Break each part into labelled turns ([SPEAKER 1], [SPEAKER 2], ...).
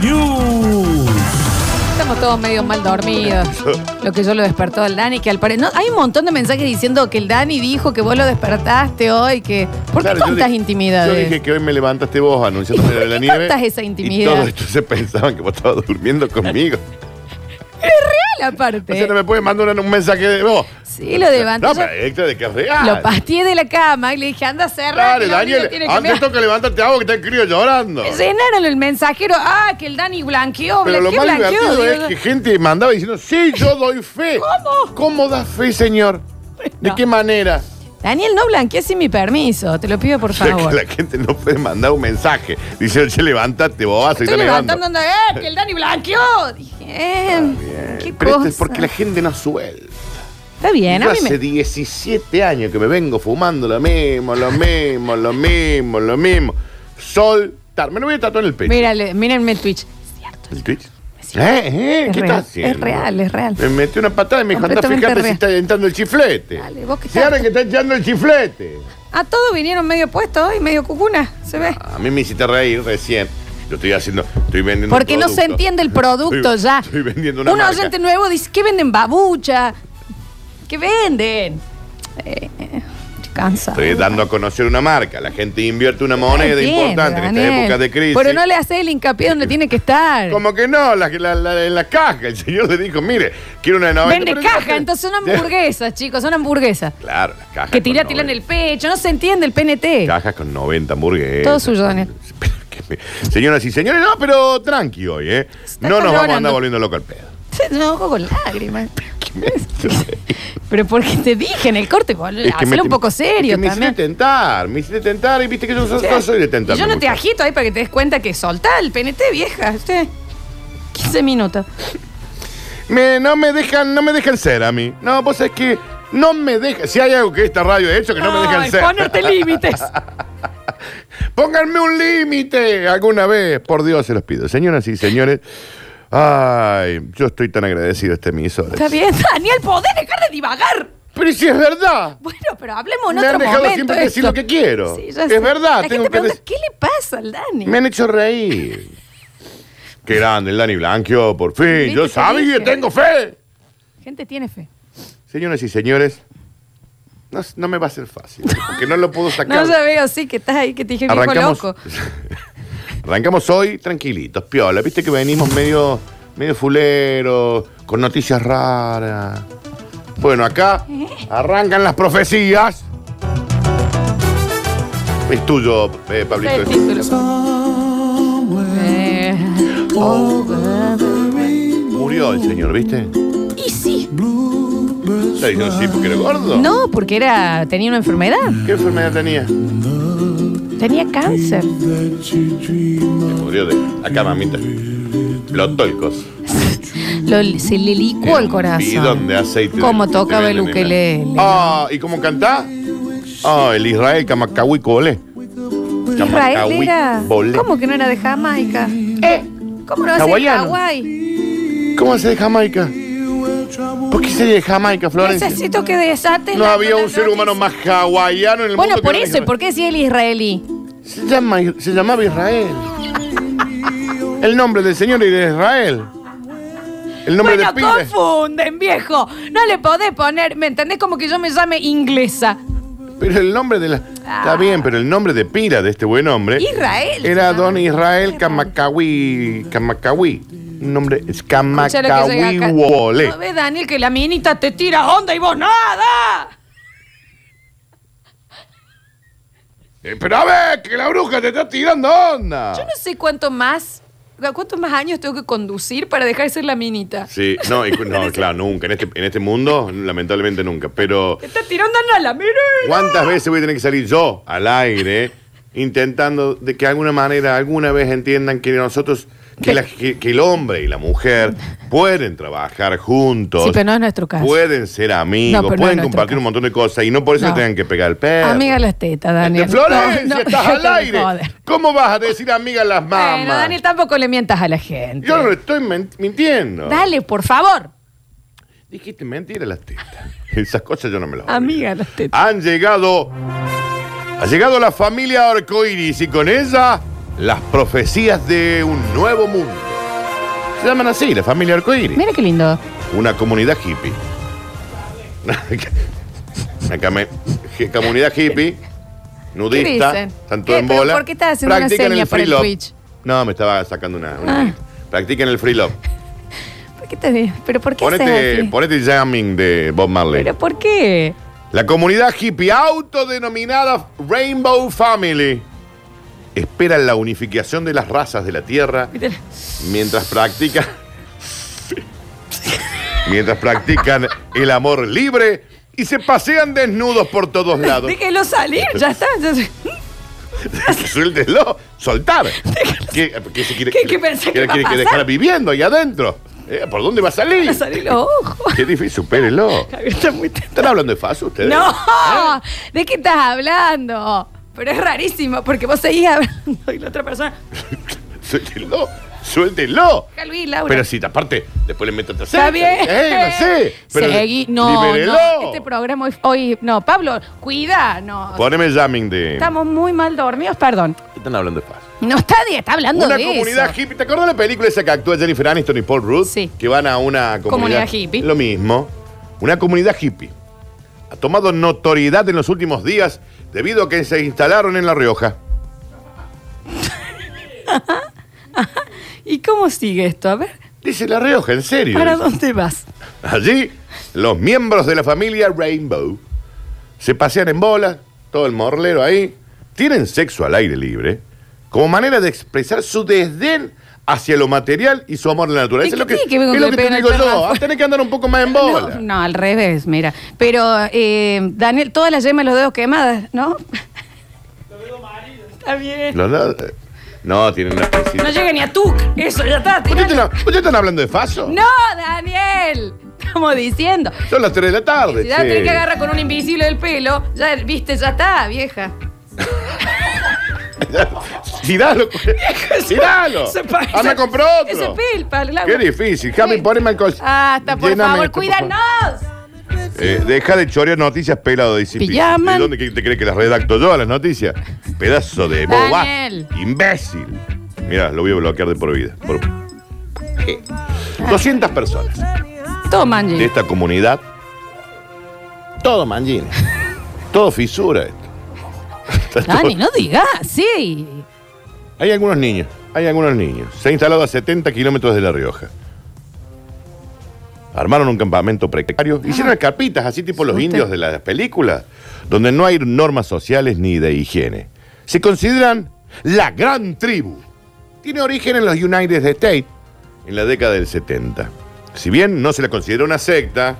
[SPEAKER 1] News.
[SPEAKER 2] Estamos todos medio mal dormidos. Lo que yo lo despertó al Dani, que al parecer. No, hay un montón de mensajes diciendo que el Dani dijo que vos lo despertaste hoy, que. ¿Por qué
[SPEAKER 3] Claro, yo
[SPEAKER 2] contás
[SPEAKER 3] di-
[SPEAKER 2] intimidades?
[SPEAKER 3] Yo dije que hoy me levantaste vos anunciándome
[SPEAKER 2] ¿Y por
[SPEAKER 3] de la
[SPEAKER 2] qué
[SPEAKER 3] nieve.
[SPEAKER 2] contás esa intimidad?
[SPEAKER 3] Y todos entonces pensaban que vos estabas durmiendo conmigo.
[SPEAKER 2] la
[SPEAKER 3] O sea,
[SPEAKER 2] parte.
[SPEAKER 3] no me puedes mandar un, un mensaje de vos.
[SPEAKER 2] Sí, lo levanté.
[SPEAKER 3] No,
[SPEAKER 2] yo
[SPEAKER 3] pero extra de que es real.
[SPEAKER 2] lo pasteé de la cama y le dije, anda a cerrar.
[SPEAKER 3] Dale,
[SPEAKER 2] que la amiga
[SPEAKER 3] Daniel,
[SPEAKER 2] tiene que
[SPEAKER 3] antes
[SPEAKER 2] me-
[SPEAKER 3] toca levantarte a vos que te crío llorando.
[SPEAKER 2] Me Llenaron el mensajero. Ah, que el Dani blanqueó,
[SPEAKER 3] Pero lo
[SPEAKER 2] blanqueó,
[SPEAKER 3] más
[SPEAKER 2] blanqueó.
[SPEAKER 3] divertido es
[SPEAKER 2] Digo,
[SPEAKER 3] que gente mandaba diciendo, sí, yo doy fe.
[SPEAKER 2] ¿Cómo?
[SPEAKER 3] ¿Cómo das fe, señor? ¿De
[SPEAKER 2] No.
[SPEAKER 3] qué manera?
[SPEAKER 2] Daniel, no blanqueé sin mi permiso. Te lo pido por
[SPEAKER 3] O sea,
[SPEAKER 2] favor.
[SPEAKER 3] que la gente no puede mandar un mensaje. Dice, che, levántate,
[SPEAKER 2] Estoy
[SPEAKER 3] bobazo, y está nevando.
[SPEAKER 2] levantando onda, eh, que el Dani blanqueó. Dije, eh, qué
[SPEAKER 3] Pero esto
[SPEAKER 2] cosa.
[SPEAKER 3] es porque la gente no suelta.
[SPEAKER 2] Está bien,
[SPEAKER 3] Yo
[SPEAKER 2] a mí me...
[SPEAKER 3] hace 17 años que me vengo fumando lo mismo, lo mismo, lo mismo, lo mismo. Soltar. Me lo voy a tatuar en el pecho.
[SPEAKER 2] Mírale, mírenme el Twitch. Es cierto.
[SPEAKER 3] ¿El Twitch?
[SPEAKER 2] Sí.
[SPEAKER 3] ¿Eh? ¿Eh?
[SPEAKER 2] Es
[SPEAKER 3] ¿Qué
[SPEAKER 2] real,
[SPEAKER 3] estás haciendo?
[SPEAKER 2] es real, es real.
[SPEAKER 3] Me metí una patada y me dijo, anda,
[SPEAKER 2] Completamente
[SPEAKER 3] fíjate si
[SPEAKER 2] real.
[SPEAKER 3] está entrando el chiflete.
[SPEAKER 2] Dale, vos que
[SPEAKER 3] Si ahora
[SPEAKER 2] estás-
[SPEAKER 3] que está entrando el chiflete.
[SPEAKER 2] A todos vinieron medio puestos hoy, medio cucuna, se ve.
[SPEAKER 3] A mí me hiciste reír recién. Yo estoy haciendo, estoy vendiendo
[SPEAKER 2] Porque
[SPEAKER 3] un
[SPEAKER 2] no se
[SPEAKER 3] producto.
[SPEAKER 2] entiende el producto
[SPEAKER 3] Estoy-
[SPEAKER 2] ya.
[SPEAKER 3] Estoy vendiendo una
[SPEAKER 2] Un
[SPEAKER 3] marca.
[SPEAKER 2] oyente nuevo dice, ¿qué venden babucha? ¿Qué venden? Eh, estoy cansado.
[SPEAKER 3] Estoy dando a conocer una marca. La gente invierte una moneda
[SPEAKER 2] Entiendo,
[SPEAKER 3] importante en
[SPEAKER 2] Daniel.
[SPEAKER 3] esta época de crisis.
[SPEAKER 2] Pero no le hace el hincapié donde tiene que estar.
[SPEAKER 3] Como que no, la, la, la- en la caja. El señor le dijo, mire, quiero una de 90.
[SPEAKER 2] Vende
[SPEAKER 3] pero yo no
[SPEAKER 2] caja,
[SPEAKER 3] sé.
[SPEAKER 2] entonces son hamburguesas, chicos, son hamburguesas.
[SPEAKER 3] Claro, las cajas.
[SPEAKER 2] Que
[SPEAKER 3] con
[SPEAKER 2] tira, tira en
[SPEAKER 3] 90.
[SPEAKER 2] el pecho, no se entiende el PNT.
[SPEAKER 3] Cajas con 90 hamburguesas.
[SPEAKER 2] Todo suyo, Daniel.
[SPEAKER 3] Pero que me- Señoras y señores, no, pero tranqui hoy, ¿eh?
[SPEAKER 2] Está
[SPEAKER 3] No nos vamos a
[SPEAKER 2] llorando.
[SPEAKER 3] andar volviendo loco al pedo.
[SPEAKER 2] No, ojo con lágrimas. Pero porque te dije en el corte, boludo,
[SPEAKER 3] Es que me-
[SPEAKER 2] hacelo un poco serio
[SPEAKER 3] es que Me
[SPEAKER 2] también.
[SPEAKER 3] hiciste tentar, me hiciste tentar y viste que yo so- no soy de tentar.
[SPEAKER 2] Y yo no te
[SPEAKER 3] mucho.
[SPEAKER 2] agito ahí para que te des cuenta que soltá el PNT, vieja. Usted. 15 minutos.
[SPEAKER 3] Me- no me dejan, no me dejan ser a mí. No, pues es que no me dejan. Si hay algo que esta radio ha hecho que no, me dejan
[SPEAKER 2] Ay,
[SPEAKER 3] ser.
[SPEAKER 2] Ponerte límites.
[SPEAKER 3] Pónganme un límite alguna vez. Por Dios se los pido. Señoras y señores. Ay, yo estoy tan agradecido a este emisor.
[SPEAKER 2] Está bien, Daniel, podés dejar de divagar.
[SPEAKER 3] Pero si es verdad.
[SPEAKER 2] Bueno, pero hablemos en
[SPEAKER 3] Me
[SPEAKER 2] otro
[SPEAKER 3] han dejado
[SPEAKER 2] momento
[SPEAKER 3] siempre decir lo que quiero.
[SPEAKER 2] Sí, ya
[SPEAKER 3] Es
[SPEAKER 2] sé.
[SPEAKER 3] verdad,
[SPEAKER 2] La gente
[SPEAKER 3] tengo que
[SPEAKER 2] pregunta,
[SPEAKER 3] dec-
[SPEAKER 2] ¿Qué le pasa al Dani?
[SPEAKER 3] Me han hecho reír. Qué grande, el Dani Blanquio, por fin.
[SPEAKER 2] ¿Viste
[SPEAKER 3] Yo
[SPEAKER 2] que
[SPEAKER 3] sabía,
[SPEAKER 2] dije?
[SPEAKER 3] tengo fe.
[SPEAKER 2] Gente tiene fe.
[SPEAKER 3] Señoras y señores, no, no me va a ser fácil, porque no lo puedo sacar.
[SPEAKER 2] No, ya veo, sí, que estás ahí, que te dije viejo
[SPEAKER 3] Arrancamos,
[SPEAKER 2] loco.
[SPEAKER 3] arrancamos hoy tranquilitos, piola. Viste que venimos medio, medio fulero, con noticias raras. Bueno, acá arrancan las profecías. Es tuyo, eh,
[SPEAKER 2] Ese es el
[SPEAKER 3] Pablito.
[SPEAKER 2] título. Eh,
[SPEAKER 3] Murió el señor, ¿viste?
[SPEAKER 2] y sí.
[SPEAKER 3] Está diciendo sí porque era gordo.
[SPEAKER 2] No, porque era tenía una enfermedad.
[SPEAKER 3] ¿Qué enfermedad tenía?
[SPEAKER 2] Tenía cáncer.
[SPEAKER 3] Se murió de acá, mamita. Los tolcos.
[SPEAKER 2] Lo- se le licuó el corazón.
[SPEAKER 3] Bidón de aceite.
[SPEAKER 2] Como
[SPEAKER 3] de-
[SPEAKER 2] tocaba
[SPEAKER 3] de
[SPEAKER 2] el
[SPEAKER 3] veneno.
[SPEAKER 2] ukelele.
[SPEAKER 3] Ah, ¿y cómo cantá? Ah, el Israel Camacahui Cole.
[SPEAKER 2] Israel era.
[SPEAKER 3] Bolé.
[SPEAKER 2] ¿Cómo que no era de Jamaica?
[SPEAKER 3] Eh,
[SPEAKER 2] ¿Cómo no va a ser de
[SPEAKER 3] Hawaiano.
[SPEAKER 2] Hawái?
[SPEAKER 3] ¿Cómo se de Jamaica? ¿Por qué se de Jamaica, Florencia?
[SPEAKER 2] Necesito que desate.
[SPEAKER 3] No
[SPEAKER 2] la-
[SPEAKER 3] había
[SPEAKER 2] la
[SPEAKER 3] un ser
[SPEAKER 2] noticia.
[SPEAKER 3] humano más hawaiano en el
[SPEAKER 2] Bueno,
[SPEAKER 3] mundo. que
[SPEAKER 2] por
[SPEAKER 3] no
[SPEAKER 2] eso, ¿y
[SPEAKER 3] de
[SPEAKER 2] por qué decía el israelí?
[SPEAKER 3] Jamaica. Se, llama, se llamaba Israel. El nombre del Señor y de Israel. El nombre
[SPEAKER 2] Bueno,
[SPEAKER 3] de Pire.
[SPEAKER 2] confunden, viejo. No le podés poner, ¿me entendés? Como que yo me llame inglesa.
[SPEAKER 3] Pero el nombre de la.
[SPEAKER 2] Ah.
[SPEAKER 3] Está bien, pero el nombre de pila de este buen hombre.
[SPEAKER 2] Israel.
[SPEAKER 3] Era
[SPEAKER 2] se llama.
[SPEAKER 3] don Israel Kamakawi. Kamakawi. Un nombre es
[SPEAKER 2] Escucha lo que llega
[SPEAKER 3] Kamakawi
[SPEAKER 2] acá.
[SPEAKER 3] Wole.
[SPEAKER 2] No ves, Daniel, que la minita te tira onda y vos nada.
[SPEAKER 3] Eh, Pero a ver, que la bruja te está tirando onda.
[SPEAKER 2] Yo no sé cuánto más, cuántos más años tengo que conducir para dejar de ser la minita.
[SPEAKER 3] Sí, no, y cu- no, claro, nunca. En este, en este mundo, lamentablemente nunca. Pero,
[SPEAKER 2] Te está tirando a la minita.
[SPEAKER 3] ¿cuántas veces voy a tener que salir yo al aire intentando de que de alguna manera, alguna vez entiendan que nosotros que, la- que- que el hombre y la mujer pueden trabajar juntos.
[SPEAKER 2] Sí, pero no es nuestro caso.
[SPEAKER 3] Pueden ser amigos,
[SPEAKER 2] No, pero no es
[SPEAKER 3] pueden
[SPEAKER 2] nuestro
[SPEAKER 3] compartir un
[SPEAKER 2] caso.
[SPEAKER 3] montón de cosas y no por eso
[SPEAKER 2] No.
[SPEAKER 3] le tengan que pegar el perro.
[SPEAKER 2] Amiga las tetas, Daniel.
[SPEAKER 3] De Florencia,
[SPEAKER 2] No, no,
[SPEAKER 3] Este, estás
[SPEAKER 2] déjate
[SPEAKER 3] al
[SPEAKER 2] de
[SPEAKER 3] aire.
[SPEAKER 2] joder.
[SPEAKER 3] ¿Cómo vas a decir amiga a las mamás?
[SPEAKER 2] Bueno, Daniel, tampoco le mientas a la gente.
[SPEAKER 3] Yo no le estoy men- mintiendo.
[SPEAKER 2] Dale, por favor.
[SPEAKER 3] Dijiste mentira las tetas. Esas cosas yo no me las olvido.
[SPEAKER 2] Amiga las tetas.
[SPEAKER 3] Han llegado. Ha llegado la familia Arcoiris y con ella las profecías de un nuevo mundo. Se llaman así, la familia Arcoiris.
[SPEAKER 2] Mira qué lindo.
[SPEAKER 3] Una comunidad hippie. Una came- je- comunidad hippie,
[SPEAKER 2] ¿Qué
[SPEAKER 3] nudista,
[SPEAKER 2] dicen?
[SPEAKER 3] tanto
[SPEAKER 2] ¿Qué?
[SPEAKER 3] en
[SPEAKER 2] ¿Pero
[SPEAKER 3] bola.
[SPEAKER 2] por qué estás haciendo una
[SPEAKER 3] Practican
[SPEAKER 2] seña para el
[SPEAKER 3] free love.
[SPEAKER 2] Twitch?
[SPEAKER 3] No, me estaba sacando una. una-
[SPEAKER 2] Ah.
[SPEAKER 3] Practiquen el free love.
[SPEAKER 2] ¿Por qué te ¿Pero por qué haces
[SPEAKER 3] Ponete,
[SPEAKER 2] así?
[SPEAKER 3] ponete jamming de Bob Marley.
[SPEAKER 2] ¿Pero por qué?
[SPEAKER 3] La comunidad hippie autodenominada Rainbow Family espera la unificación de las razas de la Tierra mientras practican mientras practican el amor libre y se pasean desnudos por todos lados.
[SPEAKER 2] Déjelo salir, ya está. ya está.
[SPEAKER 3] Suéltelo, soltar. ¿Qué, qué se quiere,
[SPEAKER 2] ¿Qué- qué pensás que va a
[SPEAKER 3] quiere
[SPEAKER 2] pasar?
[SPEAKER 3] dejar viviendo ahí adentro? ¿Eh? ¿Por dónde va a salir?
[SPEAKER 2] Déjelo salir los ojos.
[SPEAKER 3] Qué difícil, supérelo.
[SPEAKER 2] Javier está muy tenso.
[SPEAKER 3] ¿Están hablando de fase ustedes?
[SPEAKER 2] ¡No! ¿De qué estás hablando? Pero es rarísimo porque vos seguís hablando y la otra persona.
[SPEAKER 3] Suéltelo, suéltelo.
[SPEAKER 2] Déjalo ir, Laura.
[SPEAKER 3] Pero si, aparte, después le meto el tercero.
[SPEAKER 2] Está bien.
[SPEAKER 3] Eh, no sé. Pero
[SPEAKER 2] Seguí. No,
[SPEAKER 3] libérelo.
[SPEAKER 2] no. Este programa hoy, hoy- No, Pablo, cuida. No.
[SPEAKER 3] Poneme jamming de.
[SPEAKER 2] Estamos muy mal dormidos, perdón.
[SPEAKER 3] ¿Qué están hablando de paz?
[SPEAKER 2] No está bien, está hablando
[SPEAKER 3] Una
[SPEAKER 2] de
[SPEAKER 3] comunidad
[SPEAKER 2] eso.
[SPEAKER 3] hippie. ¿Te acuerdas de la película esa que actúa Jennifer Aniston y Paul Rudd?
[SPEAKER 2] Sí.
[SPEAKER 3] Que van a una comunidad.
[SPEAKER 2] Comunidad hippie.
[SPEAKER 3] Lo mismo. Una comunidad hippie. Ha tomado notoriedad en los últimos días debido a que se instalaron en La Rioja.
[SPEAKER 2] ¿Y cómo sigue esto? A ver,
[SPEAKER 3] Dice La Rioja, en serio.
[SPEAKER 2] ¿para dónde vas?
[SPEAKER 3] Allí, los miembros de la familia Rainbow se pasean en bola, todo el morlero ahí, tienen sexo al aire libre, como manera de expresar su desdén hacia lo material y su amor a la naturaleza.
[SPEAKER 2] ¿Y
[SPEAKER 3] Es lo
[SPEAKER 2] qué
[SPEAKER 3] que,
[SPEAKER 2] tiene que ver con
[SPEAKER 3] es
[SPEAKER 2] que
[SPEAKER 3] lo que
[SPEAKER 2] le
[SPEAKER 3] te
[SPEAKER 2] peguen
[SPEAKER 3] digo
[SPEAKER 2] el perro
[SPEAKER 3] yo,
[SPEAKER 2] afuera?
[SPEAKER 3] ah, tenés que andar un poco más en bola.
[SPEAKER 2] No, no, al revés, mira. Pero, eh, Daniel, toda la yema de los dedos quemadas, ¿no? Está bien.
[SPEAKER 3] No, no, eh, no, tienen una especie-
[SPEAKER 2] No llega ni a Tuc. Eso ya está.
[SPEAKER 3] ¿Ustedes
[SPEAKER 2] tiralo.
[SPEAKER 3] están- ustedes están hablando de faso?
[SPEAKER 2] No, Daniel. Estamos diciendo.
[SPEAKER 3] Son las 3 de la tarde.
[SPEAKER 2] Si ya
[SPEAKER 3] che.
[SPEAKER 2] tenés que agarrar con un invisible del pelo, ya viste, ya está, vieja.
[SPEAKER 3] Tiralo. Tiralo.
[SPEAKER 2] Se pa-
[SPEAKER 3] Anda,
[SPEAKER 2] se-
[SPEAKER 3] compró
[SPEAKER 2] Ese
[SPEAKER 3] otro.
[SPEAKER 2] pilpa, Laura.
[SPEAKER 3] Qué difícil. Javi,
[SPEAKER 2] Sí.
[SPEAKER 3] poneme alcohol.
[SPEAKER 2] Hasta, Ah, por
[SPEAKER 3] Lléname
[SPEAKER 2] favor,
[SPEAKER 3] esto, por
[SPEAKER 2] cuídanos.
[SPEAKER 3] Eh, deja de chorear noticias pelado de ICP.
[SPEAKER 2] Pijaman.
[SPEAKER 3] ¿De dónde que- te crees que las redacto yo a las noticias? Pedazo de boba.
[SPEAKER 2] Daniel.
[SPEAKER 3] Imbécil. Mira, lo voy a bloquear de por vida. Por- Eh, 200 personas
[SPEAKER 2] Toma,
[SPEAKER 3] de
[SPEAKER 2] Angie.
[SPEAKER 3] esta comunidad. Todo mangina. Todo fisura esto. Está todo-
[SPEAKER 2] Dani, no digas, sí.
[SPEAKER 3] Hay algunos niños. Hay algunos niños. Se ha instalado a 70 kilómetros de La Rioja. Armaron un campamento precario. Hicieron carpitas, así tipo los
[SPEAKER 2] Ah. Súper.
[SPEAKER 3] indios de las películas, donde no hay normas sociales ni de higiene. Se consideran la gran tribu. Tiene origen en los United States en la década del 70. Si bien no se la considera una secta,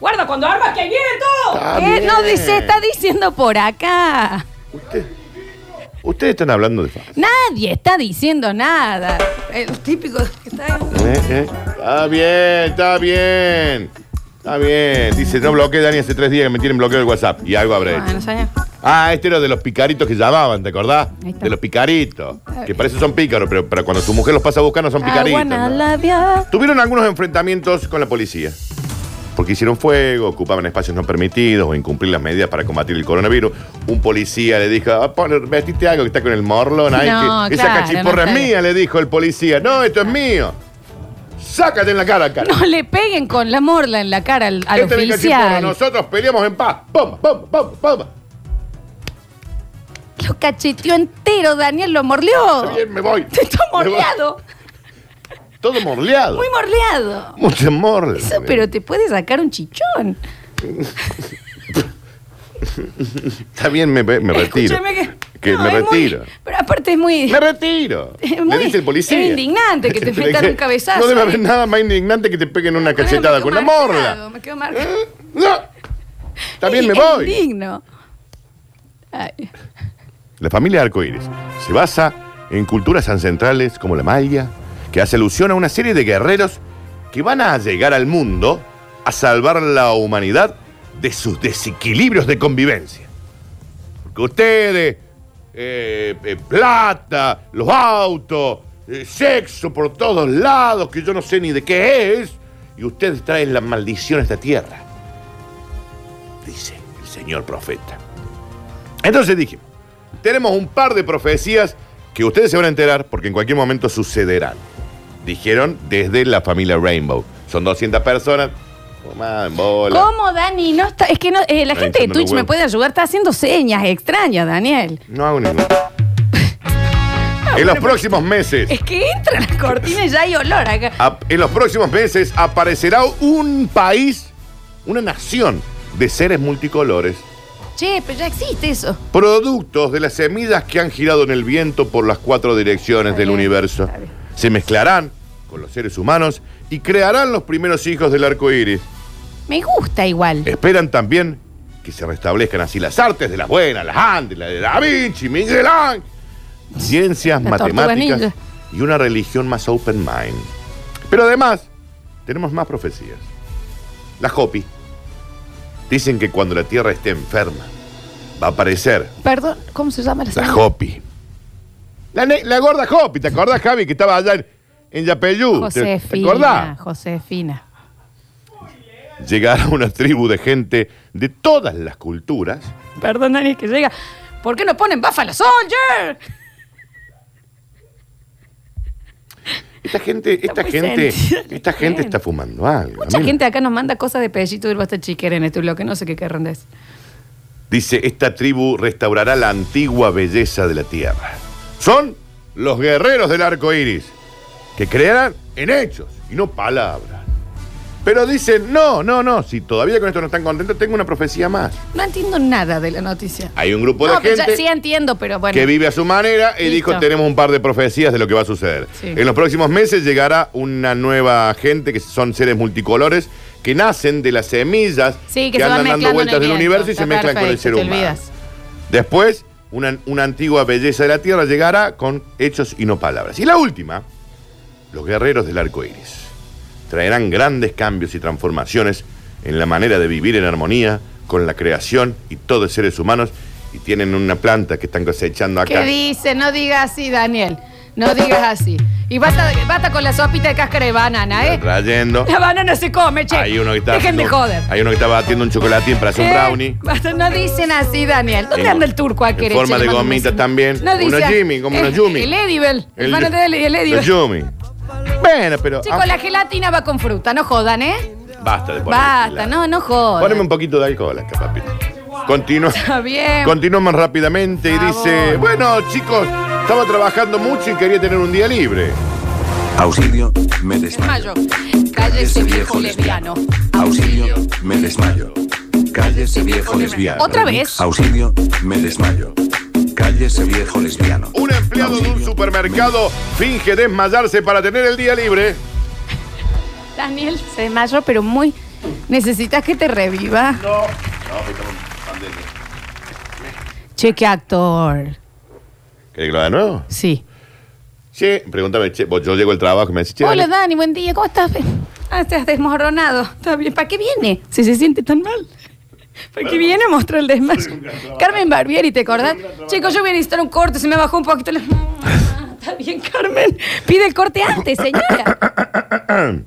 [SPEAKER 2] Guarda, cuando armas que ahí viene
[SPEAKER 3] Está
[SPEAKER 2] todo. ¿Qué? Eh, No
[SPEAKER 3] Ah, bien.
[SPEAKER 2] dice, está diciendo por acá.
[SPEAKER 3] usted- ustedes están hablando de fa-
[SPEAKER 2] Nadie está diciendo nada. El típico que está ahí.
[SPEAKER 3] Eh, eh. Está bien, está bien. Está bien. Dice, no bloqueé Dani hace tres días que me tienen bloqueado el WhatsApp. Y algo habré hecho.
[SPEAKER 2] Bueno, señor.
[SPEAKER 3] Ah, este era de los picaritos que llamaban, ¿te acordás?
[SPEAKER 2] Ahí está.
[SPEAKER 3] De los picaritos. Que parece son pícaros, pero, pero cuando tu mujer los pasa a buscar
[SPEAKER 2] Ah,
[SPEAKER 3] no son picaritos.
[SPEAKER 2] Aguana
[SPEAKER 3] ¿no?
[SPEAKER 2] labia.
[SPEAKER 3] Tuvieron algunos enfrentamientos con la policía. Porque hicieron fuego, ocupaban espacios no permitidos o incumplir las medidas para combatir el coronavirus. Un policía le dijo, ah, pon- vestiste algo que está con el morlón ahí.
[SPEAKER 2] No,
[SPEAKER 3] que- Esa
[SPEAKER 2] claro,
[SPEAKER 3] cachiporra
[SPEAKER 2] no
[SPEAKER 3] es
[SPEAKER 2] está
[SPEAKER 3] mía, le dijo el policía. No, esto es mío. Sácate en la cara, cara.
[SPEAKER 2] No le peguen con la morla en la cara al, al
[SPEAKER 3] Esta Este es mi cachiporra,
[SPEAKER 2] oficial.
[SPEAKER 3] Nosotros peleamos en paz. ¡Pum, pum, pum, pum!
[SPEAKER 2] Lo cacheteó entero, Daniel lo morleó.
[SPEAKER 3] Está bien, me voy.
[SPEAKER 2] Te está
[SPEAKER 3] Me voy.
[SPEAKER 2] Oh. morleado.
[SPEAKER 3] Todo morleado.
[SPEAKER 2] Muy morleado.
[SPEAKER 3] Mucho morle.
[SPEAKER 2] Eso, pero te puede sacar un chichón.
[SPEAKER 3] Está bien, me, me retiro.
[SPEAKER 2] Escúchame que.
[SPEAKER 3] Que
[SPEAKER 2] No,
[SPEAKER 3] me
[SPEAKER 2] es muy-
[SPEAKER 3] retiro.
[SPEAKER 2] pero aparte es muy.
[SPEAKER 3] Me retiro.
[SPEAKER 2] Es
[SPEAKER 3] Le
[SPEAKER 2] muy-
[SPEAKER 3] dice el policía.
[SPEAKER 2] es indignante que te metan un cabezazo
[SPEAKER 3] No debe
[SPEAKER 2] ahí.
[SPEAKER 3] haber nada más indignante que te peguen una
[SPEAKER 2] Bueno,
[SPEAKER 3] cachetada
[SPEAKER 2] me
[SPEAKER 3] con
[SPEAKER 2] quedo
[SPEAKER 3] una
[SPEAKER 2] marcado,
[SPEAKER 3] morla.
[SPEAKER 2] Me quedo marcado.
[SPEAKER 3] ¿Eh? No. También me
[SPEAKER 2] Es
[SPEAKER 3] voy.
[SPEAKER 2] Indigno. Ay.
[SPEAKER 3] La familia Arcoíris se basa en culturas ancestrales como la maya, que hace alusión a una serie de guerreros que van a llegar al mundo a salvar la humanidad de sus desequilibrios de convivencia. Porque ustedes, eh, eh, plata, los autos, eh, sexo por todos lados, que yo no sé ni de qué es, y ustedes traen la maldición a esta tierra, dice el señor profeta. Entonces dije, tenemos un par de profecías que ustedes se van a enterar porque en cualquier momento sucederán. Dijeron desde la familia Rainbow. Son 200 personas. Tomá, en bola.
[SPEAKER 2] ¿Cómo, Dani? No está, es que no, eh, la
[SPEAKER 3] Está
[SPEAKER 2] gente de
[SPEAKER 3] hinchando los
[SPEAKER 2] Twitch me
[SPEAKER 3] huevos.
[SPEAKER 2] puede ayudar. Está haciendo señas extrañas, Daniel.
[SPEAKER 3] No hago ningún. En los próximos meses.
[SPEAKER 2] Es que entra las cortinas y ya hay olor acá.
[SPEAKER 3] ap- En los próximos meses aparecerá un país, una nación de seres multicolores,
[SPEAKER 2] Che, pero ya existe eso.
[SPEAKER 3] productos de las semillas que han girado en el viento por las cuatro direcciones
[SPEAKER 2] Está
[SPEAKER 3] del
[SPEAKER 2] bien,
[SPEAKER 3] universo.
[SPEAKER 2] está bien.
[SPEAKER 3] Se mezclarán con los seres humanos y crearán los primeros hijos del arco iris.
[SPEAKER 2] Me gusta igual.
[SPEAKER 3] Esperan también que se restablezcan así las artes de las buenas, las Andes, la de Da Vinci, Miguel Ángel. Ciencias,
[SPEAKER 2] La tortuga
[SPEAKER 3] matemáticas
[SPEAKER 2] ninja.
[SPEAKER 3] y una religión más open mind. Pero además, tenemos más profecías. Las Hopi dicen que cuando la Tierra esté enferma, va a aparecer
[SPEAKER 2] Perdón, ¿cómo se llama la
[SPEAKER 3] la
[SPEAKER 2] señora?
[SPEAKER 3] Hopi. La, ne- la gorda Hopi, ¿te acordás, Javi, que estaba allá en, en Yapeyú? ¿Te, te
[SPEAKER 2] Josefina.
[SPEAKER 3] acordás?
[SPEAKER 2] Josefina.
[SPEAKER 3] Llegará una tribu de gente de todas las culturas
[SPEAKER 2] Perdón, Dani, que llega. ¿Por qué no ponen Buffalo Soldier?
[SPEAKER 3] Esta gente, esta
[SPEAKER 2] muy
[SPEAKER 3] gente,
[SPEAKER 2] sentida,
[SPEAKER 3] esta gente
[SPEAKER 2] bien.
[SPEAKER 3] está fumando algo.
[SPEAKER 2] Mucha
[SPEAKER 3] A mí me-
[SPEAKER 2] gente acá nos manda cosas de pellito del Basta Chiquera en este bloque. No sé qué querrán decir.
[SPEAKER 3] Dice, esta tribu restaurará la antigua belleza de la tierra. Son los guerreros del arco iris, que crearán en hechos y no palabras. Pero dicen, no, no, no, si todavía con esto no están contentos, tengo una profecía más.
[SPEAKER 2] No entiendo nada de la noticia.
[SPEAKER 3] Hay un grupo de
[SPEAKER 2] No, pero ya
[SPEAKER 3] gente
[SPEAKER 2] sí entiendo, pero bueno.
[SPEAKER 3] que vive a su manera y
[SPEAKER 2] Listo.
[SPEAKER 3] dijo, tenemos un par de profecías de lo que va a suceder.
[SPEAKER 2] Sí.
[SPEAKER 3] En los próximos meses llegará una nueva gente, que son seres multicolores, que nacen de las semillas
[SPEAKER 2] Sí, que, se van
[SPEAKER 3] andan
[SPEAKER 2] mezclando
[SPEAKER 3] dando
[SPEAKER 2] en
[SPEAKER 3] vueltas
[SPEAKER 2] el
[SPEAKER 3] del
[SPEAKER 2] viento.
[SPEAKER 3] universo y se
[SPEAKER 2] Está
[SPEAKER 3] mezclan con el
[SPEAKER 2] perfecto,
[SPEAKER 3] ser
[SPEAKER 2] te
[SPEAKER 3] humano.
[SPEAKER 2] olvidas.
[SPEAKER 3] Después, una, una antigua belleza de la Tierra llegará con hechos y no palabras. Y la última, los guerreros del arco iris. Traerán grandes cambios y transformaciones en la manera de vivir en armonía con la creación y todos los seres humanos. Y tienen una planta que están cosechando
[SPEAKER 2] ¿Qué
[SPEAKER 3] acá.
[SPEAKER 2] dice? No digas así, Daniel. No digas así. Y basta, basta con la sopita de cáscara de banana, ¿eh?
[SPEAKER 3] Están Trayendo.
[SPEAKER 2] La banana se come, che.
[SPEAKER 3] Hay uno que está.
[SPEAKER 2] Dejen de
[SPEAKER 3] no,
[SPEAKER 2] joder.
[SPEAKER 3] Hay uno que está batiendo un chocolatín para hacer un
[SPEAKER 2] ¿Qué?
[SPEAKER 3] brownie.
[SPEAKER 2] Basta, No dicen así, Daniel. ¿Dónde
[SPEAKER 3] En-
[SPEAKER 2] anda el turco a
[SPEAKER 3] en
[SPEAKER 2] querer?
[SPEAKER 3] forma
[SPEAKER 2] che?
[SPEAKER 3] de
[SPEAKER 2] Le mando un
[SPEAKER 3] gomita
[SPEAKER 2] beso.
[SPEAKER 3] también.
[SPEAKER 2] No dice.
[SPEAKER 3] Unos Jimmy, como unos
[SPEAKER 2] Eh,
[SPEAKER 3] Yumi.
[SPEAKER 2] El Edivel. El, hermano de él, el
[SPEAKER 3] el
[SPEAKER 2] Edivel.
[SPEAKER 3] Yumi. Bueno, pero.
[SPEAKER 2] Chicos,
[SPEAKER 3] ah,
[SPEAKER 2] la gelatina va con fruta, no jodan, ¿eh?
[SPEAKER 3] Basta de poner
[SPEAKER 2] Basta,
[SPEAKER 3] gelatina.
[SPEAKER 2] no, no jodan.
[SPEAKER 3] Poneme un poquito de alcohol acá, papi. Continúa.
[SPEAKER 2] Está bien.
[SPEAKER 3] Continuamos rápidamente y
[SPEAKER 2] Por
[SPEAKER 3] dice,
[SPEAKER 2] favor.
[SPEAKER 3] bueno chicos, estaba trabajando mucho y quería tener un día libre.
[SPEAKER 4] Auxilio, me desmayo.
[SPEAKER 2] Mayo. Calle ese viejo lesbiano.
[SPEAKER 4] Auxilio, me desmayo. Cállese viejo lesbiano.
[SPEAKER 2] ¿Otra vez?
[SPEAKER 4] Auxilio, me desmayo. Cállese viejo lesbiano.
[SPEAKER 3] Un empleado de un
[SPEAKER 4] Auxilio,
[SPEAKER 3] supermercado finge desmayarse para tener el día libre.
[SPEAKER 2] Daniel se desmayó, pero muy. ¿Necesitas que te reviva? No. No, Che, qué actor.
[SPEAKER 3] ¿Querés que lo haga de nuevo?
[SPEAKER 2] Sí.
[SPEAKER 3] Sí, pregúntame, che, vos, yo llego al trabajo y me decís, che,
[SPEAKER 2] Hola,
[SPEAKER 3] Dani,
[SPEAKER 2] Dani, buen día. ¿Cómo estás? Ah, estás desmoronado. Está bien. ¿Para qué viene? Si se siente tan mal. ¿Para qué viene a mostrar el desmayo? Carmen Barbieri, ¿te acordás? Chicos, yo voy a necesitar un corte. Se me bajó un poquito la... Ah, Está bien, Carmen. Pide el corte antes, señora.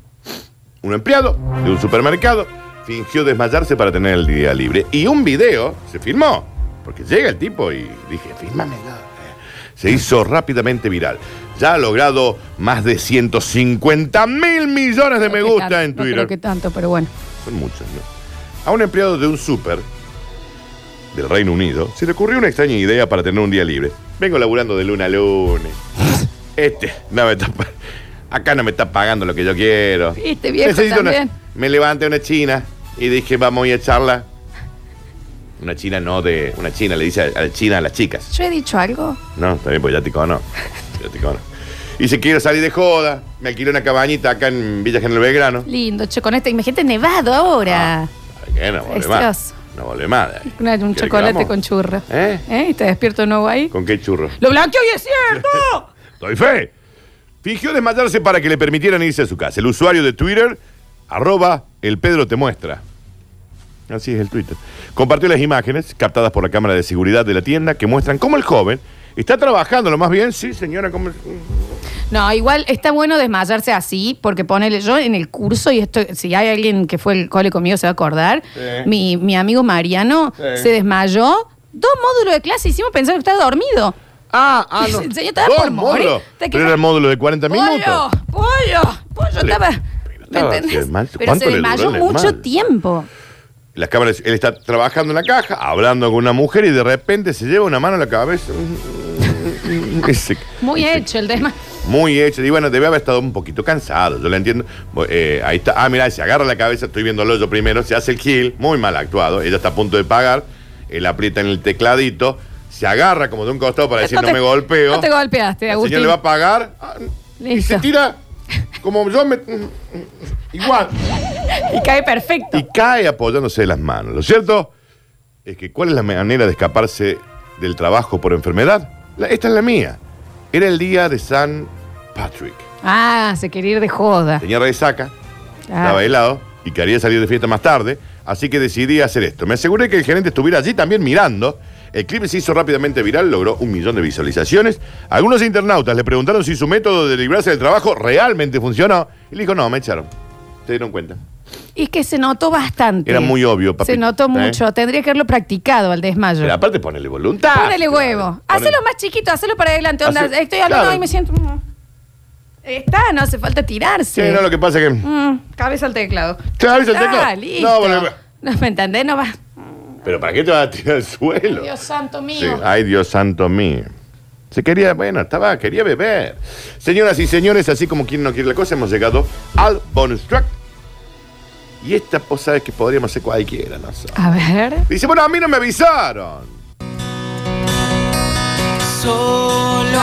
[SPEAKER 3] un empleado de un supermercado fingió desmayarse para tener el día libre. Y un video se filmó, porque llega el tipo y dije, fírmamelo. Se hizo rápidamente viral. Ya ha logrado más de 150 mil millones de me gusta en
[SPEAKER 2] No creo
[SPEAKER 3] Twitter.
[SPEAKER 2] que tanto, pero bueno.
[SPEAKER 3] Son muchos, ¿no? A un empleado de un súper del Reino Unido se le ocurrió una extraña idea para tener un día libre. Vengo laburando de luna a lunes. Este, no me está pa- acá no me está pagando lo que yo quiero.
[SPEAKER 2] Este viejo
[SPEAKER 3] una-
[SPEAKER 2] también.
[SPEAKER 3] me levanté una china y dije, vamos a ir a charla. Una china no de. Una china le dice a, a la china a las chicas.
[SPEAKER 2] ¿Yo he dicho algo?
[SPEAKER 3] No, también pues ya te cono. Ya te cono. Y si quiero salir de joda, me alquilé una cabañita acá en Villa General Belgrano.
[SPEAKER 2] Lindo, che, con este. Imagínate nevado
[SPEAKER 3] Ah.
[SPEAKER 2] ahora.
[SPEAKER 3] ¿Para qué? No vale más.
[SPEAKER 2] Precioso.
[SPEAKER 3] No vale más.
[SPEAKER 2] Una- un
[SPEAKER 3] ¿Quiere que
[SPEAKER 2] chocolate
[SPEAKER 3] vamos?
[SPEAKER 2] con churro.
[SPEAKER 3] ¿Eh?
[SPEAKER 2] ¿Eh? Y te despierto de nuevo ahí.
[SPEAKER 3] ¿Con qué churro?
[SPEAKER 2] ¡Lo blanqueo y es cierto!
[SPEAKER 3] ¡Doy fe! Fingió desmayarse para que le permitieran irse a su casa. El usuario de Twitter, arroba el Pedro te muestra. Así es el Twitter. Compartió las imágenes captadas por la cámara de seguridad de la tienda que muestran cómo el joven está trabajando, lo más bien, sí, señora, como...
[SPEAKER 2] No, igual está bueno desmayarse así, porque ponele yo en el curso, y esto, si hay alguien que fue al cole conmigo se va a acordar,
[SPEAKER 3] Sí.
[SPEAKER 2] mi, mi amigo Mariano
[SPEAKER 3] Sí.
[SPEAKER 2] se desmayó. Dos módulos de clase hicimos pensar que estaba dormido.
[SPEAKER 3] Ah, ah, no.
[SPEAKER 2] El señor estaba
[SPEAKER 3] Dos
[SPEAKER 2] por morir.
[SPEAKER 3] módulos.
[SPEAKER 2] Te
[SPEAKER 3] Pero era
[SPEAKER 2] queda-
[SPEAKER 3] el módulo de 40
[SPEAKER 2] ¡Pollo!
[SPEAKER 3] minutos.
[SPEAKER 2] ¡Pollo! ¡Pollo!
[SPEAKER 3] Pero-
[SPEAKER 2] Estaba.
[SPEAKER 3] pero
[SPEAKER 2] ¿Me
[SPEAKER 3] estaba
[SPEAKER 2] entendés?
[SPEAKER 3] mal.
[SPEAKER 2] Pero
[SPEAKER 3] ¿Cuánto
[SPEAKER 2] se
[SPEAKER 3] le duró
[SPEAKER 2] desmayó
[SPEAKER 3] el
[SPEAKER 2] mucho
[SPEAKER 3] mal?
[SPEAKER 2] tiempo.
[SPEAKER 3] Las cámaras, él está trabajando en la caja, hablando con una mujer y de repente se lleva una mano a la cabeza. Ese-
[SPEAKER 2] Muy hecho el desmayo.
[SPEAKER 3] Muy hecho. Y bueno, debe haber estado un poquito cansado, yo lo entiendo. Bo- eh, ahí está. Ah, mira, se agarra la cabeza, estoy viéndolo yo primero, se hace el kill, muy mal actuado. Ella está a punto de pagar, él aprieta en el tecladito, se agarra como de un costado para decir no, me golpeo.
[SPEAKER 2] No te golpeaste,
[SPEAKER 3] El
[SPEAKER 2] Agustín.
[SPEAKER 3] señor le va a pagar ah, y
[SPEAKER 2] Listo.
[SPEAKER 3] se tira como yo me. Igual.
[SPEAKER 2] Y cae perfecto.
[SPEAKER 3] Y cae apoyándose de las manos. Lo cierto es que ¿cuál es la manera de escaparse del trabajo por enfermedad? La- esta es la mía. Era el día de San Patrick.
[SPEAKER 2] Ah, se quería ir de joda.
[SPEAKER 3] Tenía resaca,
[SPEAKER 2] Ah.
[SPEAKER 3] estaba helado y quería salir de fiesta más tarde, así que decidí hacer esto. Me aseguré que el gerente estuviera allí también mirando. El clip se hizo rápidamente viral, logró un millón de visualizaciones. Algunos internautas le preguntaron si su método de librarse del trabajo realmente funcionó. Y le dijo, no, me echaron. Se dieron cuenta.
[SPEAKER 2] Y que se notó bastante.
[SPEAKER 3] Era muy obvio, papito,
[SPEAKER 2] Se notó
[SPEAKER 3] ¿eh?
[SPEAKER 2] mucho. Tendría que haberlo practicado al desmayo.
[SPEAKER 3] Pero aparte, ponele voluntad.
[SPEAKER 2] Ponele huevo.
[SPEAKER 3] Ponele-
[SPEAKER 2] Hacelo más chiquito, hacelo para adelante. Onda,
[SPEAKER 3] Hace-
[SPEAKER 2] estoy hablando
[SPEAKER 3] claro.
[SPEAKER 2] y me siento. mm. Está, no hace falta tirarse.
[SPEAKER 3] Sí, no, lo que pasa es que.
[SPEAKER 2] Mm, cabeza al teclado.
[SPEAKER 3] Cabeza al
[SPEAKER 2] Ah,
[SPEAKER 3] teclado.
[SPEAKER 2] listo.
[SPEAKER 3] No, bueno,
[SPEAKER 2] No, ¿Me entendés? No va.
[SPEAKER 3] Pero ¿para qué te vas a tirar al suelo?
[SPEAKER 2] Dios santo mío.
[SPEAKER 3] Sí, Ay, Dios santo mío. Se quería, bueno, estaba, quería beber. Señoras y señores, así como quien no quiere la cosa, hemos llegado al bonus track. Y esta cosa es que podríamos ser cualquiera, no sé.
[SPEAKER 2] A ver.
[SPEAKER 3] Dice, bueno, a mí no me avisaron.
[SPEAKER 5] Solo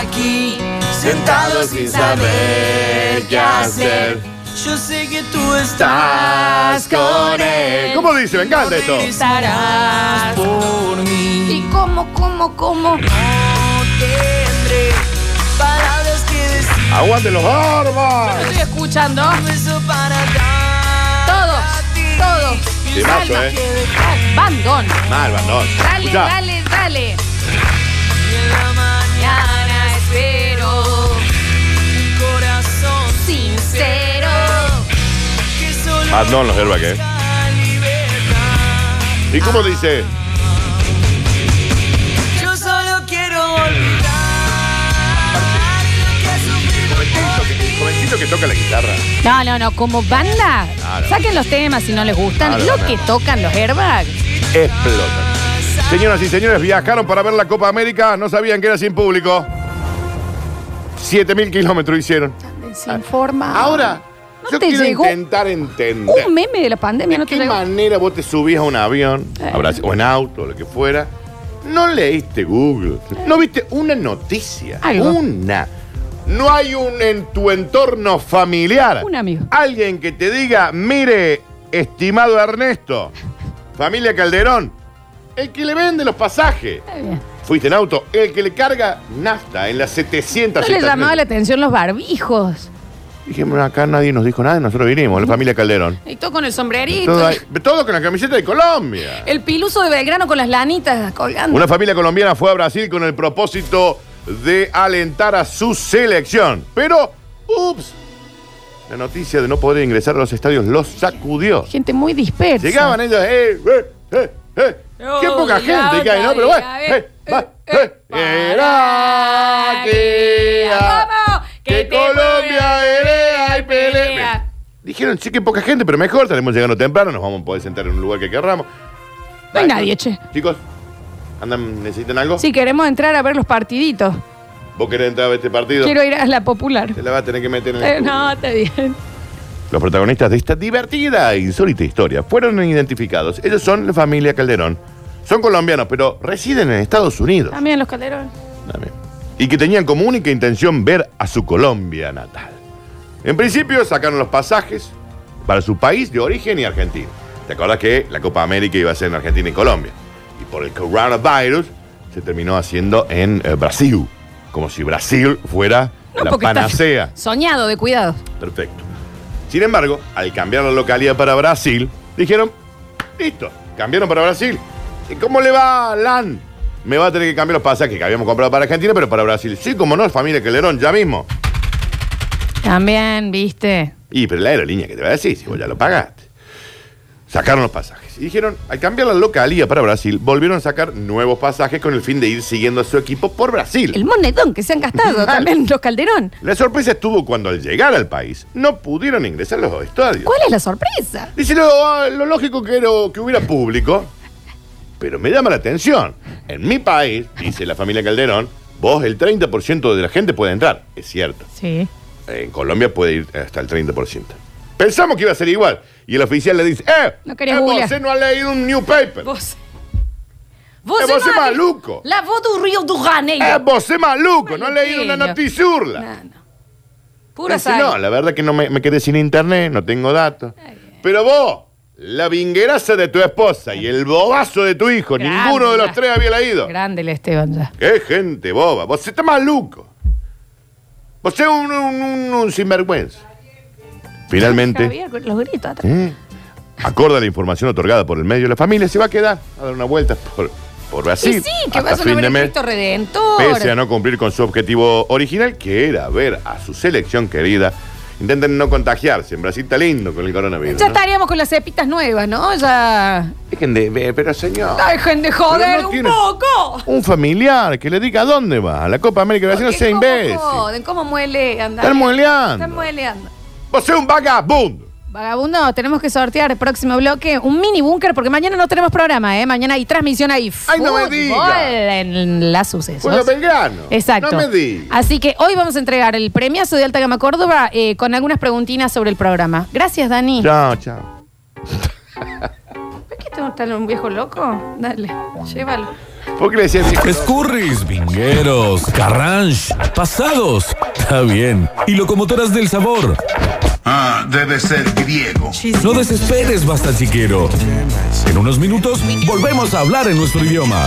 [SPEAKER 5] aquí, sentado sin saber qué hacer. Yo sé que tú estás con él.
[SPEAKER 3] ¿Cómo dice? Me encanta esto.
[SPEAKER 5] Regresarás por mí.
[SPEAKER 2] ¿Y cómo, cómo, cómo?
[SPEAKER 5] No tendré palabras que decir.
[SPEAKER 3] ¡Aguante los barbas!
[SPEAKER 2] Estoy escuchando.
[SPEAKER 5] Un beso para dar.
[SPEAKER 2] Todos, todos.
[SPEAKER 3] Temazo,
[SPEAKER 2] Alma.
[SPEAKER 3] ¿eh?
[SPEAKER 2] Bandón.
[SPEAKER 3] Mal, bandón.
[SPEAKER 2] Dale,
[SPEAKER 3] Escuchá.
[SPEAKER 2] dale, dale.
[SPEAKER 5] Y en la mañana espero un corazón
[SPEAKER 2] Sincero.
[SPEAKER 5] que solo.
[SPEAKER 3] Bandón los Airbag, ¿eh?
[SPEAKER 5] busca libertad.
[SPEAKER 3] ¿Y cómo dice?
[SPEAKER 5] Yo solo quiero olvidar lo que sufrí
[SPEAKER 3] Jovencito que- Jovencito que toca la guitarra.
[SPEAKER 2] No, no, no. Como banda,
[SPEAKER 3] Claro.
[SPEAKER 2] saquen los temas si no les gustan.
[SPEAKER 3] Claro,
[SPEAKER 2] lo
[SPEAKER 3] claro.
[SPEAKER 2] que tocan los airbags.
[SPEAKER 3] explotan. Señoras y señores, viajaron para ver la Copa América, no sabían que era sin público. 7000 kilómetros hicieron.
[SPEAKER 2] Se informa.
[SPEAKER 3] Ahora,
[SPEAKER 2] No
[SPEAKER 3] yo
[SPEAKER 2] te
[SPEAKER 3] quiero
[SPEAKER 2] llegó
[SPEAKER 3] intentar entender.
[SPEAKER 2] Un meme de la pandemia no
[SPEAKER 3] ¿De
[SPEAKER 2] te Eh.
[SPEAKER 3] qué
[SPEAKER 2] llegó.
[SPEAKER 3] manera vos te subís a un avión habrá- o en auto o lo que fuera? No leíste Google, no viste una noticia,
[SPEAKER 2] Algo.
[SPEAKER 3] una. No hay un en tu entorno familiar.
[SPEAKER 2] Un amigo.
[SPEAKER 3] Alguien que te diga, mire, estimado Ernesto, familia Calderón, el que le vende los pasajes.
[SPEAKER 2] Está bien.
[SPEAKER 3] Fuiste en auto, el que le carga nafta en las 700.
[SPEAKER 2] No le
[SPEAKER 3] 700.
[SPEAKER 2] llamaba la atención los barbijos.
[SPEAKER 3] Dije, bueno, acá nadie nos dijo nada, nosotros vinimos, la familia Calderón.
[SPEAKER 2] Mm. Y todo con el sombrerito.
[SPEAKER 3] Todo, ahí- todo con la camiseta de Colombia.
[SPEAKER 2] El piluso de Belgrano con las lanitas colgando.
[SPEAKER 3] Una familia colombiana fue a Brasil con el propósito de alentar a su selección. Pero, ups, la noticia de no poder ingresar a los estadios los sacudió.
[SPEAKER 2] Gente muy dispersa.
[SPEAKER 3] Llegaban ellos, ¡eh, eh, eh, eh! ¡Qué
[SPEAKER 2] Oh,
[SPEAKER 3] poca
[SPEAKER 2] la
[SPEAKER 3] gente que hay, no!
[SPEAKER 2] otra
[SPEAKER 3] Pero bueno,
[SPEAKER 2] día,
[SPEAKER 3] ¡eh,
[SPEAKER 2] eh,
[SPEAKER 3] va,
[SPEAKER 2] eh,
[SPEAKER 3] eh! ¡Era que,
[SPEAKER 2] ¡Vamos! que
[SPEAKER 3] que
[SPEAKER 2] te
[SPEAKER 3] Colombia era y pelea!
[SPEAKER 2] pelea.
[SPEAKER 3] Dijeron, sí, que poca gente, pero mejor, estaremos llegando temprano, nos vamos a poder sentar en un lugar que querramos.
[SPEAKER 2] No hay nadie, che.
[SPEAKER 3] Chicos, andan, ¿necesitan algo?
[SPEAKER 2] Si queremos entrar a ver los partiditos.
[SPEAKER 3] Vos querés entrar a ver este partido.
[SPEAKER 2] Quiero ir a la popular.
[SPEAKER 3] Te la vas a tener que meter en el.
[SPEAKER 2] Eh, no, está bien.
[SPEAKER 3] Los protagonistas de esta divertida e insólita historia fueron identificados. Ellos son la familia Calderón. Son colombianos, pero residen en Estados Unidos.
[SPEAKER 2] También los calderones.
[SPEAKER 3] También. Y que tenían como única intención ver a su Colombia natal. En principio sacaron los pasajes para su país de origen y Argentina. ¿Te acordás que la Copa América iba a ser en Argentina y Colombia? Y por el coronavirus se terminó haciendo en eh, Brasil. Como si Brasil fuera
[SPEAKER 2] No,
[SPEAKER 3] la
[SPEAKER 2] porque está
[SPEAKER 3] panacea.
[SPEAKER 2] soñado de cuidado.
[SPEAKER 3] Perfecto. Sin embargo, al cambiar la localidad para Brasil, dijeron, listo, cambiaron para Brasil. ¿Y cómo le va LAN? Me va a tener que cambiar los pasajes que habíamos comprado para Argentina, pero para Brasil. Sí, como no, familia Quelerón, ya mismo.
[SPEAKER 2] También, viste.
[SPEAKER 3] Y, pero la aerolínea que te va a decir, si vos ya lo pagaste. Sacaron los pasajes. Y dijeron, al cambiar la localía para Brasil, volvieron a sacar nuevos pasajes con el fin de ir siguiendo a su equipo por Brasil.
[SPEAKER 2] El monedón que se han gastado,
[SPEAKER 3] Mal.
[SPEAKER 2] también los calderón.
[SPEAKER 3] La sorpresa estuvo cuando al llegar al país no pudieron ingresar a los estadios.
[SPEAKER 2] ¿Cuál es la sorpresa?
[SPEAKER 3] Dice lo, ah, lo lógico que era que hubiera público, pero me llama la atención. En mi país, dice la familia Calderón, vos el 30% de la gente puede entrar. Es cierto.
[SPEAKER 2] Sí.
[SPEAKER 3] En Colombia puede ir hasta el 30%. Pensamos que iba a ser igual. Y el oficial le dice, ¡eh!
[SPEAKER 2] No quería
[SPEAKER 3] eh,
[SPEAKER 2] googlear.
[SPEAKER 3] vos no ha leído un newspaper.
[SPEAKER 2] Vos. Vos
[SPEAKER 3] Eh, vos
[SPEAKER 2] no
[SPEAKER 3] es
[SPEAKER 2] habéis-
[SPEAKER 3] maluco.
[SPEAKER 2] La voz de Río de Janeiro.
[SPEAKER 3] ¡Eh, vos es maluco! ¡No ha
[SPEAKER 2] Maluqueño.
[SPEAKER 3] leído una noticiola!
[SPEAKER 2] No, no. Pura
[SPEAKER 3] Dice,
[SPEAKER 2] sal.
[SPEAKER 3] eh, no, la verdad que no me, me quedé sin internet, no tengo datos. Pero vos, la vingueraza de tu esposa y el bobazo de tu hijo,
[SPEAKER 2] Grande,
[SPEAKER 3] ninguno de los
[SPEAKER 2] ya.
[SPEAKER 3] tres había leído.
[SPEAKER 2] Grande el Esteban ya.
[SPEAKER 3] ¡Qué gente boba! Vos estás maluco. Vos sos un, un- un- un sinvergüenza. Finalmente,
[SPEAKER 2] Javier, con los gritos atrás.
[SPEAKER 3] ¿eh? acorde a la información otorgada por el medio, la familia se va a quedar a dar una vuelta por, por
[SPEAKER 2] Y
[SPEAKER 3] Brasil.
[SPEAKER 2] sí, que
[SPEAKER 3] hasta
[SPEAKER 2] vas a
[SPEAKER 3] fin
[SPEAKER 2] ver
[SPEAKER 3] de
[SPEAKER 2] el
[SPEAKER 3] mes.
[SPEAKER 2] Cristo Redentor.
[SPEAKER 3] Pese a no cumplir con su objetivo original, que era ver a su selección querida, intenten no contagiarse. En Brasil está lindo con el coronavirus.
[SPEAKER 2] Ya
[SPEAKER 3] ¿no?
[SPEAKER 2] estaríamos con las cepitas nuevas, ¿no? Ya.
[SPEAKER 3] Dejen de ver, pero señor.
[SPEAKER 2] Dejen de
[SPEAKER 3] pero
[SPEAKER 2] joder
[SPEAKER 3] no
[SPEAKER 2] un
[SPEAKER 3] tiene-
[SPEAKER 2] poco.
[SPEAKER 3] Un familia que le diga a dónde va, a la Copa América Brasil, no
[SPEAKER 2] Porque
[SPEAKER 3] sea
[SPEAKER 2] cómo
[SPEAKER 3] imbécil.
[SPEAKER 2] joden, ¿Cómo muele? Andar.
[SPEAKER 3] Están mueleando.
[SPEAKER 2] Están mueleando.
[SPEAKER 3] Vos sos un vagabundo.
[SPEAKER 2] Vagabundo, tenemos que sortear el próximo bloque un mini búnker porque mañana no tenemos programa, ¿eh? Mañana hay transmisión ahí.
[SPEAKER 3] Ay, no me diga.
[SPEAKER 2] En las sucesos.
[SPEAKER 3] Pueblo Belgrano.
[SPEAKER 2] Exacto.
[SPEAKER 3] No me digas.
[SPEAKER 2] Así que hoy vamos a entregar el premiazo de Alta Gama Córdoba eh, con algunas preguntinas sobre el programa. Gracias, Dani.
[SPEAKER 3] Chao, chao.
[SPEAKER 2] ¿Ves que tengo tal un viejo loco? Dale, llévalo.
[SPEAKER 3] ¿Por qué le decías así?
[SPEAKER 1] Escurris, Pues vingueros, carranche, pasados. Está bien. Y locomotoras del sabor.
[SPEAKER 4] Ah, debe ser griego.
[SPEAKER 1] No desesperes, basta chiquero. En unos minutos volvemos a hablar en nuestro idioma.